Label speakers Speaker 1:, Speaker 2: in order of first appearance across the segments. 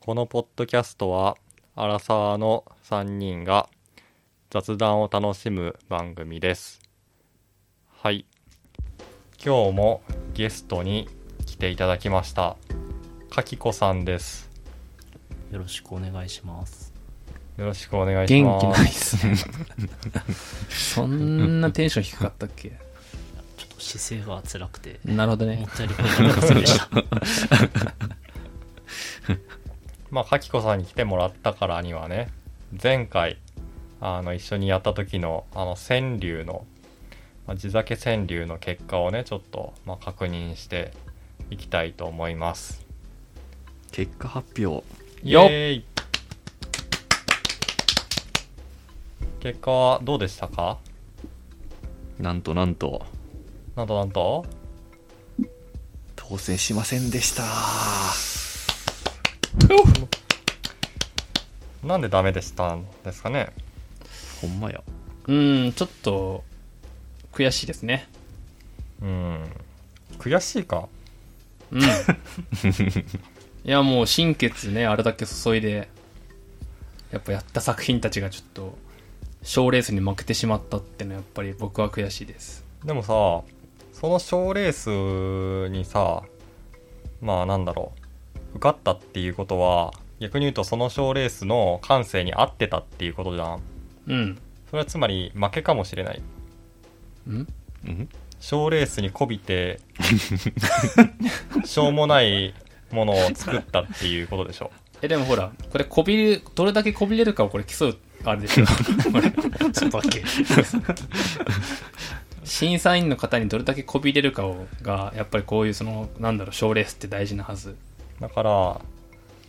Speaker 1: このポッドキャストはアラサーの3人が雑談を楽しむ番組ですはい今日もゲストに来ていただきましたかきこさんです
Speaker 2: よろしくお願いします。
Speaker 1: よろしくお願いし
Speaker 3: 元
Speaker 1: ます
Speaker 3: 気ないっすねそんなテンション低かったっけ
Speaker 2: ちょっと姿勢が辛くて、
Speaker 3: なるほど
Speaker 2: 思
Speaker 3: ね
Speaker 2: ったより早かったでした。
Speaker 1: まあ、かきこさんに来てもらったからにはね前回あの一緒にやった時のあの川柳の、まあ、地酒川柳の結果をねちょっと、まあ、確認していきたいと思います
Speaker 4: 結果発表
Speaker 3: よっ
Speaker 1: イエーイ結果はどうでしたか
Speaker 4: なんとなんと
Speaker 1: なんとなんと
Speaker 4: 当選しませんでした
Speaker 1: なんでダメでしたんですかね
Speaker 4: ほんまや
Speaker 3: うんちょっと悔しいですね
Speaker 1: うん悔しいか
Speaker 3: う んいやもう心血ねあれだけ注いでやっぱやった作品たちがちょっと賞ーレースに負けてしまったってのはやっぱり僕は悔しいです
Speaker 1: でもさその賞レースにさまあなんだろう受かったっていうことは逆に言うとその賞レースの感性に合ってたっていうことじゃん
Speaker 3: うん
Speaker 1: それはつまり負けかもしれない
Speaker 3: うん
Speaker 4: うん
Speaker 1: 賞レースに媚び てしょうもないものを作ったっていうことでしょ
Speaker 3: えでもほらこれこびるどれだけこびれるかをこれ競うあれでしょこれ
Speaker 2: ちょっとだけ。
Speaker 3: 審査員の方にどれだけこびれるかをがやっぱりこういうそのなんだろう賞ーレースって大事なはず
Speaker 1: だから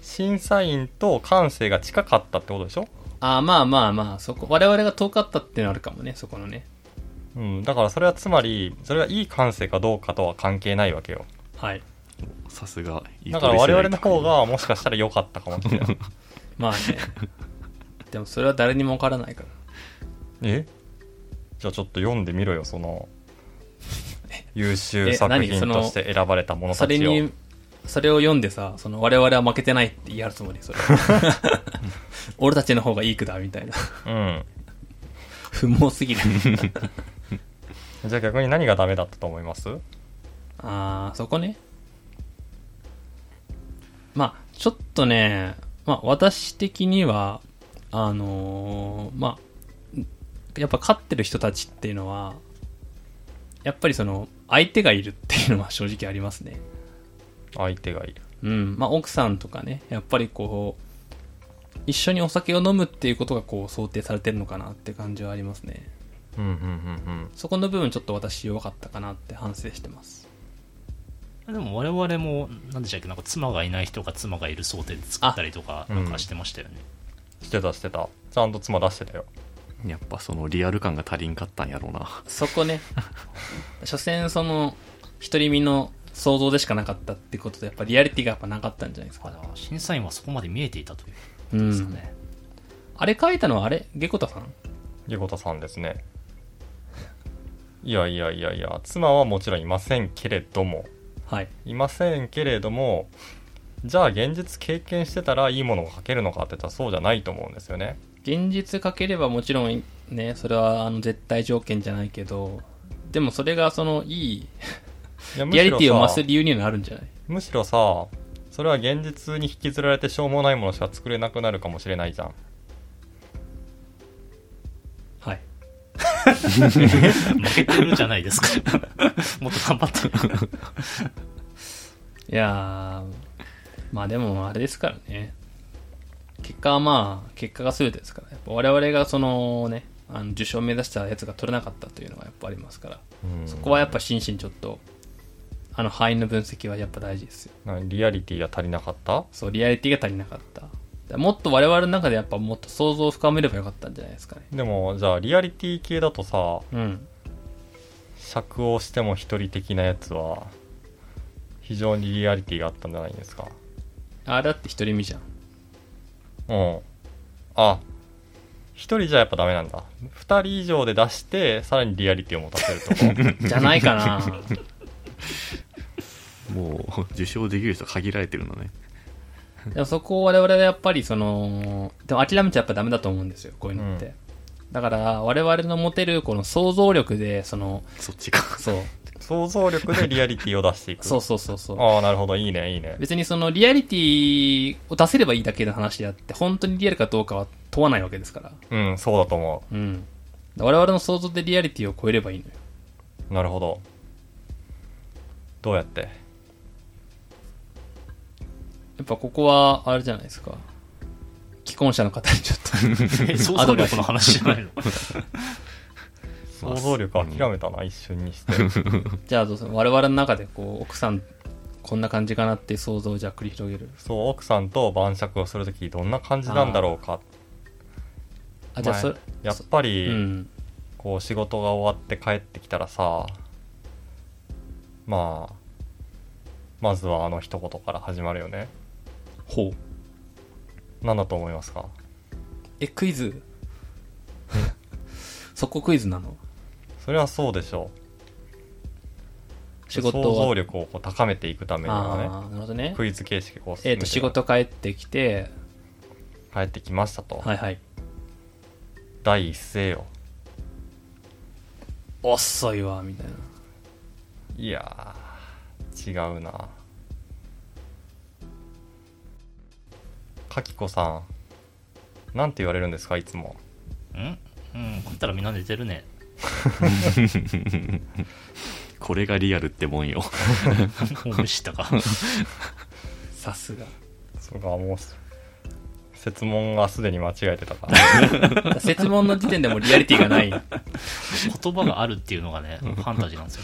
Speaker 1: 審査員と感性が近かったってことでしょ
Speaker 3: ああまあまあまあそこ我々が遠かったっていうのはあるかもねそこのね
Speaker 1: うんだからそれはつまりそれがいい感性かどうかとは関係ないわけよ
Speaker 3: はい
Speaker 4: さすが
Speaker 1: だから我々の方がもしかしたら良かったかもしれない。
Speaker 3: まあねでもそれは誰にもわからないから
Speaker 1: えじゃあちょっと読んでみろよ、そ の、優秀
Speaker 3: え
Speaker 1: 作
Speaker 3: 何
Speaker 1: 品
Speaker 3: その
Speaker 1: として選ばれたもの
Speaker 3: そ
Speaker 1: た
Speaker 3: れ
Speaker 1: ちを
Speaker 3: に。それを読んでさその我々は負けてないって言い張るつもりそれ俺たちの方がいい句だみたいな
Speaker 1: うん。
Speaker 3: 不毛すぎる
Speaker 1: じゃあ逆に何がダメだったと思います
Speaker 3: ああそこねまあちょっとねまあ私的にはあのーまあやっぱ勝ってる人たちっていうのはやっぱりその相手がいるっていうのは正直ありますね
Speaker 1: 相手がいる。
Speaker 3: うん、まあ奥さんとかね、やっぱりこう、一緒にお酒を飲むっていうことがこう想定されてるのかなって感じはありますね。
Speaker 1: うんうんうん
Speaker 3: そこの部分ちょっと私弱かったかなって反省してます。
Speaker 2: でも我々も、なんでしたっけ、なんか妻がいない人が妻がいる想定で作ったりとか、
Speaker 1: あ
Speaker 2: なんかしてましたよね。
Speaker 1: うん。してたしてた。ちゃんと妻出してたよ。
Speaker 4: やっぱそのリアル感が足りんかったんやろうな
Speaker 3: そ こね、所詮その、独り身の想像でしかなかったってことで、やっぱリアリティがやっぱなかったんじゃないですか。
Speaker 2: だから審査員はそこまで見えていたという
Speaker 3: う
Speaker 2: ことですか
Speaker 3: ん。
Speaker 2: ね。
Speaker 3: あれ書いたのはあれゲコタさん
Speaker 1: ゆこたさんですね。いやいやいやいや、妻はもちろんいませんけれども、
Speaker 3: はい。
Speaker 1: いませんけれども、じゃあ現実経験してたらいいものを書けるのかって言ったらそうじゃないと思うんですよね。
Speaker 3: 現実かければもちろんね、それはあの絶対条件じゃないけど、でもそれがそのいい
Speaker 1: いやむ
Speaker 3: リア
Speaker 1: し
Speaker 3: リ
Speaker 1: ろ
Speaker 3: ティを増
Speaker 1: さ
Speaker 3: す理由にはなるんじゃない
Speaker 1: むしろさそれは現実に引きずられてしょうもないものしか作れなくなるかもしれないじゃん
Speaker 3: はい。
Speaker 2: 負けてるじゃないですか。 もっと頑張って。
Speaker 3: いやー、まあでもあれですからね。結果はまあ、結果が全てですから。やっぱ我々がそのね、あの受賞を目指したやつが取れなかったというのがやっぱありますから。そこはやっぱ心身ちょっと、あの範囲の分析はやっぱ大事ですよ。
Speaker 1: なリアリティが足りなかった
Speaker 3: そう、リアリティが足りなかった。だからもっと我々の中でやっぱもっと想像を深めればよかったんじゃないですかね。
Speaker 1: でもじゃあリアリティ系だとさ
Speaker 3: うん。
Speaker 1: 釈をしても一人的なやつは非常にリアリティがあったんじゃないですか
Speaker 3: あれだって独り身じゃん。
Speaker 1: うんあ一人じゃやっぱダメなんだ二人以上で出してさらにリアリティを持たせる とこ
Speaker 3: じゃないかな
Speaker 4: もう受賞できる人限られてるのね
Speaker 3: でもそこを我々はやっぱりその、でも諦めちゃやっぱダメだと思うんですよ、こういうのって。
Speaker 1: うん
Speaker 3: だから、我々の持てるこの想像力で、その、
Speaker 4: そっちか。
Speaker 3: そう、
Speaker 1: 想像力でリアリティを出していく
Speaker 3: そうそうそうそう。
Speaker 1: ああなるほどいいねいいね
Speaker 3: 別にそのリアリティを出せればいいだけの話であって、本当にリアルかどうかは問わないわけですから。
Speaker 1: うんそうだと思
Speaker 3: うん。我々の想像でリアリティを超えればいいのよ。
Speaker 1: うなるほどどうやって
Speaker 3: やっぱここは、あれじゃないですか。既婚者の方にちょっ
Speaker 2: え想像力の話じゃないの
Speaker 1: 想像力諦めたな、一瞬にして
Speaker 3: と、じゃあどうする我々の中でこう、奥さん、こんな感じかなっていう想像をじゃあ繰り広げる。
Speaker 1: そう奥さんと晩酌をするときどんな感じなんだろうか
Speaker 3: あ、じゃあ
Speaker 1: まあ
Speaker 3: それ、
Speaker 1: やっぱ
Speaker 3: う
Speaker 1: り、
Speaker 3: ん。
Speaker 1: こう仕事が終わって帰ってきたらさまあまずはあの一言から始まるよね
Speaker 3: ほう。
Speaker 1: 何だと思いますか
Speaker 3: え、クイズ そこクイズなの
Speaker 1: それはそうでしょう
Speaker 3: 仕事
Speaker 1: 想像
Speaker 3: は。
Speaker 1: 力をこう高めていくためには
Speaker 3: ああ、なるほど
Speaker 1: ね
Speaker 3: ね。
Speaker 1: クイズ形式こう進め
Speaker 3: えっ、
Speaker 1: て
Speaker 3: と、仕事帰ってきて、
Speaker 1: 帰ってきましたと、
Speaker 3: はいはい。
Speaker 1: 第一声よ
Speaker 3: 遅いわ、みたいな。
Speaker 1: いやー違うなかきこさんなんて言われるんですかいつも
Speaker 2: うんうん食ったらみんな寝てるね
Speaker 5: これがリアルってもんよ。
Speaker 2: もう無視したか
Speaker 3: さすが。
Speaker 1: そうかもう設問がすでに間違えてた から
Speaker 3: 説問の時点でもうリアリティがない。あ
Speaker 2: 言葉があるっていうのがねファンタジーなんですよ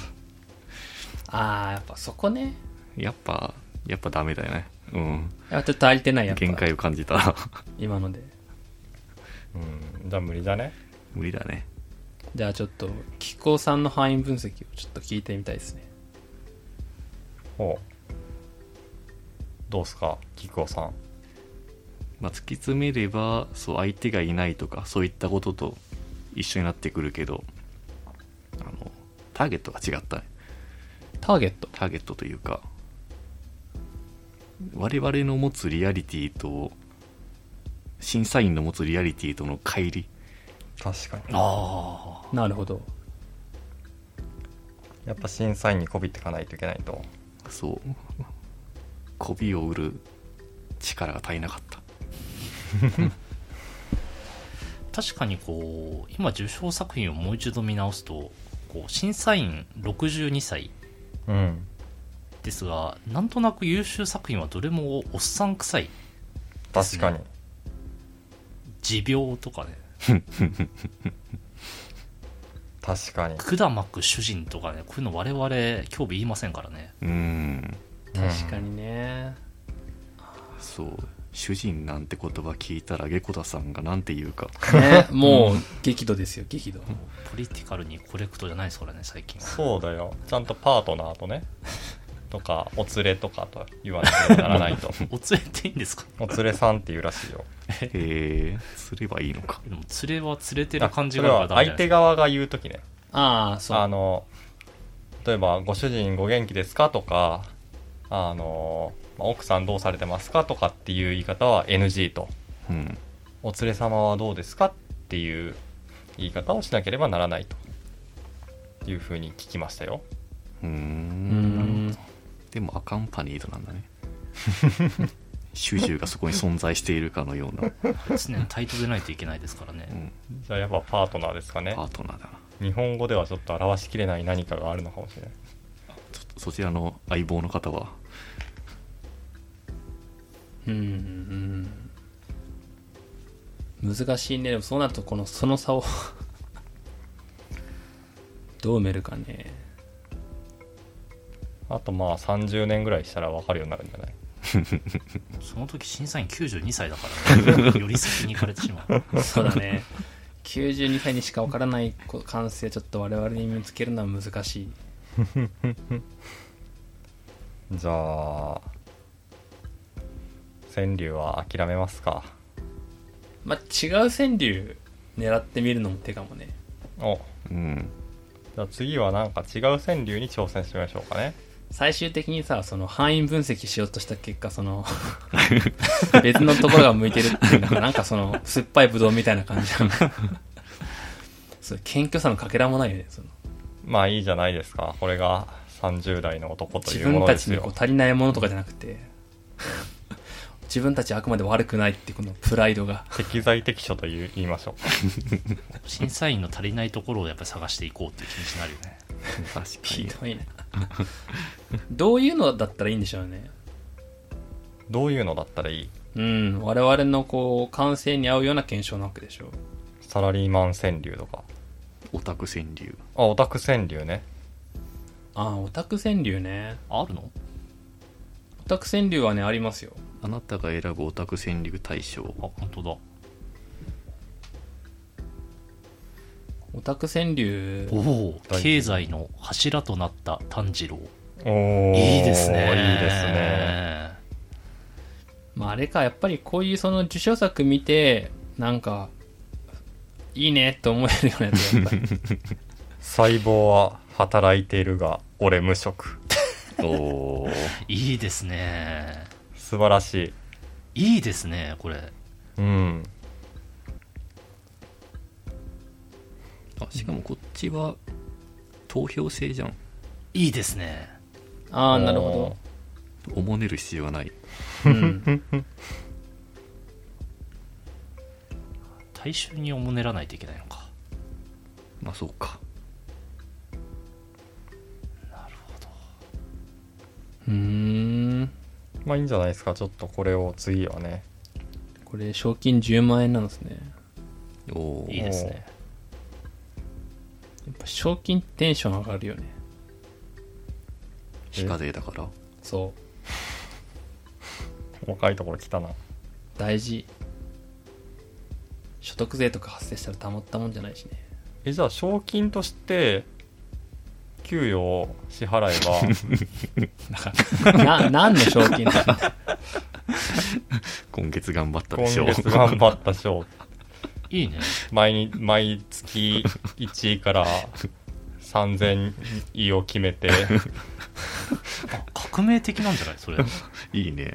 Speaker 3: あ、やっぱそこね。
Speaker 5: やっぱ、やっぱダメだよね。うん。
Speaker 3: やっぱちょっと足りてない、やっぱ。
Speaker 5: 限界を感じた。
Speaker 3: 今ので。
Speaker 1: うんじゃあ無理だね
Speaker 5: 無理だね。
Speaker 3: じゃあちょっと、気候さんの範囲分析をちょっと聞いてみたいですね。
Speaker 1: ほうどうすか菊尾さん
Speaker 5: まあ、突き詰めれば、そう、相手がいないとか、そういったことと一緒になってくるけど、あの、ターゲットが違ったね。
Speaker 3: ターゲット。
Speaker 5: ターゲットというか我々の持つリアリティと審査員の持つリアリティとの乖離
Speaker 1: 確かに
Speaker 2: あ
Speaker 3: なるほど。
Speaker 1: やっぱ審査員にこびってかないといけないと
Speaker 5: そう 媚びを売る力が足りなかった
Speaker 2: 確かにこう今受賞作品をもう一度見直すとこう審査員62歳
Speaker 1: うん
Speaker 2: ですがなんとなく優秀作品はどれもおっさん臭い
Speaker 1: 確かに、
Speaker 2: 持病とかね
Speaker 1: 確かに
Speaker 2: 管巻く主人とかねこういうの我々興味言いませんからね
Speaker 5: うーん
Speaker 3: 確かにね。
Speaker 5: そう主人なんて言葉聞いたらゲコタさんがなんて言うか
Speaker 3: ね、もう、激怒ですよ、激怒。
Speaker 2: ポリティカルにコレクトじゃないですからね最近は
Speaker 1: そうだよちゃんとパートナーと ねとかお連れとかと言わなければならない と
Speaker 2: お連れていいんですか
Speaker 1: お連れさんっていうら しいよ
Speaker 5: へえすればいいのか
Speaker 2: でも連れは連れてる感じ
Speaker 1: そ
Speaker 2: が
Speaker 1: れ
Speaker 2: あるから
Speaker 1: は
Speaker 2: ダメ
Speaker 1: 相
Speaker 2: じゃないで
Speaker 1: 手
Speaker 2: すか
Speaker 1: 側が言う時ね
Speaker 3: ああ、そう。
Speaker 1: あの例えば「ご主人ご元気ですか?」とか「あのまあ奥さんどうされてますか?」とかっていう言い方は NG と
Speaker 5: うん
Speaker 1: 「お連れ様はどうですか?」っていう言い方をしなければならないというふうに聞きましたよ
Speaker 5: うー
Speaker 3: うー
Speaker 5: ん
Speaker 3: ん。
Speaker 5: でもアカンパニードなんだね主従がそこに存在しているかのような、
Speaker 2: 常に対等でないといけないですからね、
Speaker 5: うん、
Speaker 1: じゃあやっぱパートナーですかね
Speaker 5: パートナーだな
Speaker 1: 日本語ではちょっと表しきれない何かがあるのかもしれない
Speaker 5: ちょっとそちらの相棒の方は
Speaker 3: うん。うん難しいね。でもそうなると、この、その差を、どう埋めるかね。
Speaker 1: あとまあ30年ぐらいしたら分かるようになるんじゃない
Speaker 2: その時審査員92歳だから、ね、より先に行かれてしまう
Speaker 3: そう だね。92歳にしかわからないこ感性、ちょっと我々に見つけるのは難しい。
Speaker 1: じゃあ川柳は諦めますか
Speaker 3: まあ、違う川柳狙ってみるのも手かもね。
Speaker 1: お
Speaker 5: うん
Speaker 1: じゃあ次はなんか違う川柳に挑戦してみましょうかね
Speaker 3: 最終的にさその範囲分析しようとした結果その 別のところが向いてるっていうのがなんかその酸っぱいブドウみたいな感じなんだそう謙虚さのかけらもないよねその
Speaker 1: まあいいじゃないですかこれが30代の男と
Speaker 3: 自
Speaker 1: いうも
Speaker 3: 分
Speaker 1: の
Speaker 3: た
Speaker 1: で
Speaker 3: ち
Speaker 1: す
Speaker 3: にこ
Speaker 1: よ
Speaker 3: う足りないものとかじゃな くて自分たちはあくまで悪くないっていうこのプライドが
Speaker 1: 適材適所という言いましょ
Speaker 2: 審査員の足りないところをやっぱり探していこうっていう気持ちになるよね
Speaker 3: ひどいなどういうのだったらいいんでしょうね
Speaker 1: うどういうのだったらいい
Speaker 3: うん我々のこう感性に合うような検証なわけでしょう
Speaker 1: サラリーマン川柳とか
Speaker 5: オタク川柳
Speaker 1: あオタク川柳ね
Speaker 3: ああオタク川柳ね
Speaker 2: あるの
Speaker 3: オタク川柳はねありますよ
Speaker 5: あなたが選ぶオタク川柳 大賞
Speaker 2: あ本当だ
Speaker 3: オタク川柳
Speaker 2: おお経済の柱となった炭治郎
Speaker 1: おー
Speaker 2: いいですね
Speaker 1: いいですね
Speaker 3: まああれかやっぱりこういうその受賞作見てなんかいいねと思えるようなやつがやっぱり
Speaker 1: 細胞は働いているが俺無職
Speaker 5: おー
Speaker 2: いいですね
Speaker 1: 素晴らしい
Speaker 2: いいですねこれ
Speaker 1: うん
Speaker 5: あしかもこっちは投票制じゃん
Speaker 2: いいですね
Speaker 3: ああなるほ
Speaker 5: おもねる必要はない
Speaker 3: ど、うん、
Speaker 2: 大衆におもねらないといけないのか
Speaker 5: まあそうか
Speaker 3: うーん
Speaker 1: どまあいいんじゃないですかちょっとこれを次はね
Speaker 3: これ賞金10万円なんですね
Speaker 5: お
Speaker 2: いい
Speaker 5: ー
Speaker 2: ですね
Speaker 3: やっぱ賞金テンション上がるよね
Speaker 5: 非課税だから
Speaker 3: そう
Speaker 1: 細かいところ来たな
Speaker 3: 大事所得税とか発生したらたまったもんじゃないし ね
Speaker 1: えじゃあ賞金として給与を支払 え
Speaker 3: な何の賞金なんだ
Speaker 5: 今月頑張った
Speaker 1: ば
Speaker 5: でし
Speaker 1: 今
Speaker 5: ょ
Speaker 1: 月頑張った賞
Speaker 2: いいね
Speaker 1: 毎日毎月1位から3000位を決めて
Speaker 2: あ革命的なんじゃない それ
Speaker 5: いいね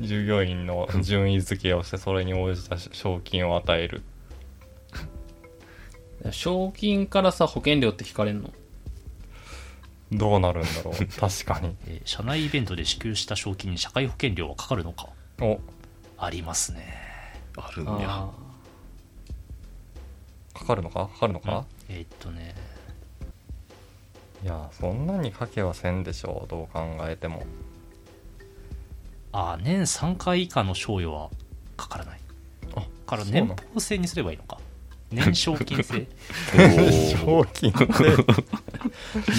Speaker 1: 従業員の順位付けをしてそれに応じた賞金を与える
Speaker 3: 賞金からさ保険料って引かれんの
Speaker 1: どうなるんだろう確かに
Speaker 2: えー社内イベントで支給した賞金に社会保険料はかかるのか
Speaker 1: お
Speaker 2: ありますね
Speaker 5: あるんや
Speaker 3: あ
Speaker 1: かかるのかかかるのか、
Speaker 2: えーっとね
Speaker 1: いやそんなにかけはせんでしょうどう考えても
Speaker 2: あ年3回以下の賞与はかからない
Speaker 1: あ
Speaker 2: から
Speaker 1: そうな
Speaker 2: 年
Speaker 1: の
Speaker 2: 俸制にすればいいのか年賞金制
Speaker 5: おー
Speaker 1: 賞金って
Speaker 3: ー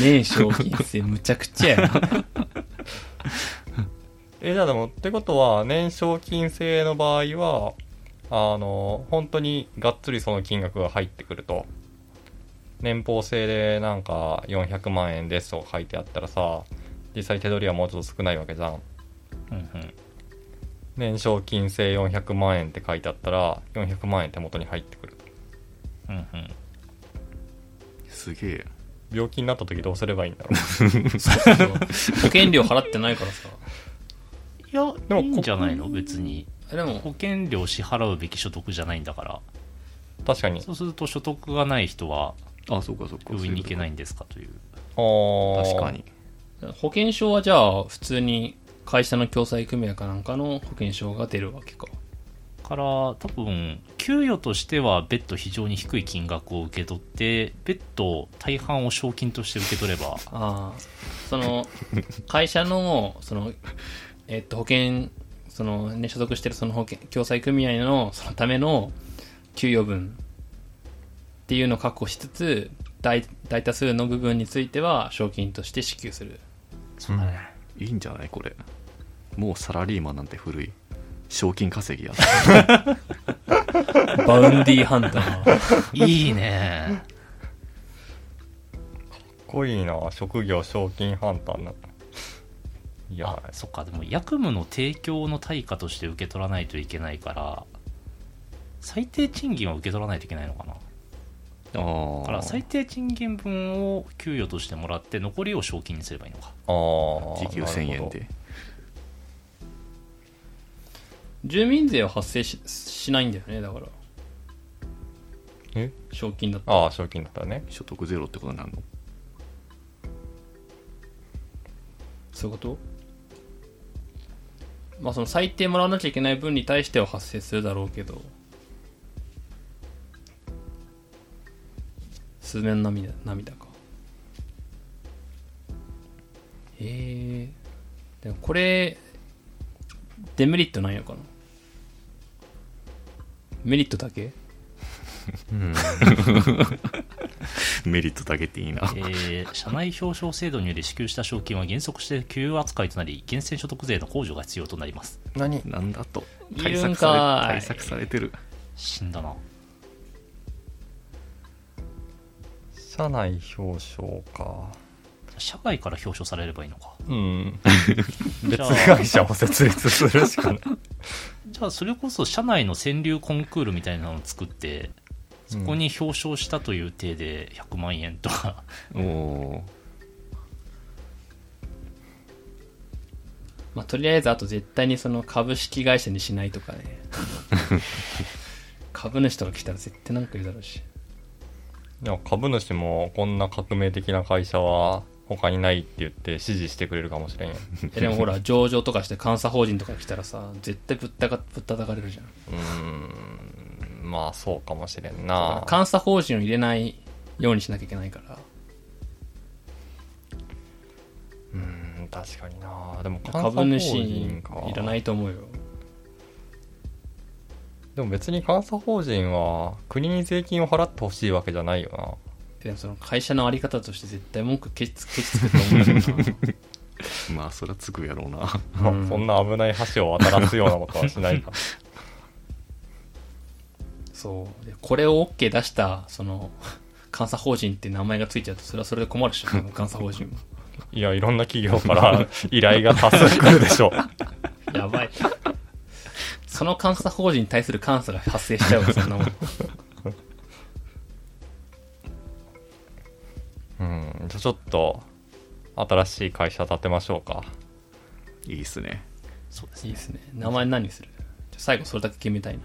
Speaker 3: 年賞金制むちゃくちゃや な
Speaker 1: えじゃあでもってことは年賞金制の場合はあの本当にがっつりその金額が入ってくると年俸制でなんか400万円ですとか書いてあったらさ実際手取りはもうちょっと少ないわけじゃん
Speaker 2: うんうん
Speaker 1: 年賞金制400万円って書いてあったら400万円手元に入ってくる
Speaker 2: うんうん
Speaker 5: すげえ
Speaker 1: 病気になった時どうすればいいんだろ う
Speaker 3: そうそう保険料払ってないからさ
Speaker 2: いや
Speaker 1: でも
Speaker 2: いいんじゃないの別に
Speaker 3: えでも
Speaker 2: 保険料支払うべき所得じゃないんだから
Speaker 1: 確かに
Speaker 2: そうすると所得がない人は
Speaker 5: あそうかそうか
Speaker 2: 病院に行けないいんですかという
Speaker 1: あー
Speaker 5: 確かに
Speaker 3: 保険証はじゃあ普通に会社の共済組合かなんかの保険証が出るわけか
Speaker 2: から多分給与としては別途非常に低い金額を受け取って別途大半を賞金として受け取れば
Speaker 3: ああその会社のそのえっと保険そのね所属してるその保険共済組合のそのための給与分っていうのを確保しつつ大大多数の部分については賞金として支給する
Speaker 2: そうだね
Speaker 5: いいんじゃないこれもうサラリーマンなんて古い賞金稼ぎや
Speaker 3: バウンディーハンター
Speaker 2: いいね
Speaker 1: かっこいいな職業賞金ハンターになったいや
Speaker 2: あそっかでも役務の提供の対価として受け取らないといけないから最低賃金は受け取らないといけないのかなだ
Speaker 5: あ
Speaker 2: から最低賃金分を給与としてもらって残りを賞金にすればいいのか
Speaker 1: あー
Speaker 5: 時給
Speaker 1: なるほど
Speaker 5: 1000円で
Speaker 3: 住民税は発生ししないんだよねだから
Speaker 1: え
Speaker 3: 賞金だったら
Speaker 1: ああ賞金だったらね
Speaker 5: 所得ゼロってことになるの
Speaker 3: そういうことまあその最低もらわなきゃいけない分に対しては発生するだろうけど数年涙涙かえー、でもこれデメリットないのかなメリットだけ
Speaker 5: メリットだけっていいな
Speaker 2: えー社内表彰制度により支給した賞金は原則して給与扱いとなり源泉所得税の控除が必要となります
Speaker 1: 何
Speaker 5: なんだと対
Speaker 3: 言うん
Speaker 5: 策され
Speaker 3: かい
Speaker 5: 対策されてる
Speaker 2: 死んだな
Speaker 1: 社内表彰か
Speaker 2: 社外から表彰されればいいのか
Speaker 1: うん
Speaker 2: じ
Speaker 1: 別
Speaker 2: ゃあ
Speaker 1: 会社を設立するしか ない
Speaker 2: じゃあそれこそ社内の川柳コンクールみたいなのを作ってそこに表彰したという体で100万円とか、
Speaker 5: おお
Speaker 3: まあとりあえずあと絶対にその株式会社にしないとかね株主とか来たら絶対なんか言うだろうし
Speaker 1: いや株主もこんな革命的な会社は他にないって言って支持してくれるかもし れんよ
Speaker 3: えでもほら上場とかして監査法人とか来たらさ絶対ぶったかぶったたかれるじゃん
Speaker 1: うーんまあそうかもしれん
Speaker 3: だ
Speaker 1: な
Speaker 3: から監査法人を入れないようにしなきゃいけないから
Speaker 1: うん確かになでも
Speaker 3: 株主いらないいと思うよ
Speaker 1: でも別に監査法人は国に税金を払ってほしいわけじゃないよ
Speaker 3: でもその会社のあり方として絶対文句ケチつケチつくと思うんだよ
Speaker 5: まあそりゃつくやろうな
Speaker 1: な、
Speaker 3: うん
Speaker 1: そんな危ない橋を渡らすようなことはし ないか
Speaker 3: なそうでこれを OK 出したその 監査法人って名前がついちゃうとそれはそれで困 るっしょ監査法人も
Speaker 1: いやいろんな企業から依頼が多数来るでしょ
Speaker 3: やばいその監査法人に対する監査が発生しちゃうわそんなもん
Speaker 1: ううんじゃあちょっと新しい会社建てましょうか
Speaker 5: いいっすね
Speaker 2: そうです
Speaker 3: いい
Speaker 2: ね
Speaker 3: ですね名前何にするじゃあ最後それだけ決めたいな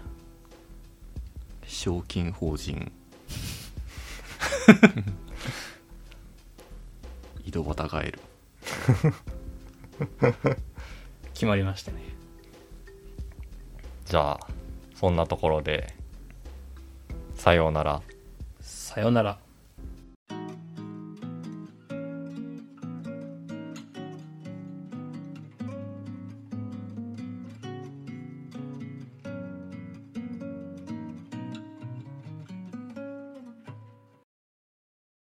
Speaker 5: 賞金法人井戸端ガエル
Speaker 3: 決まりましたね
Speaker 1: じゃあそんなところでさようなら
Speaker 3: さよなら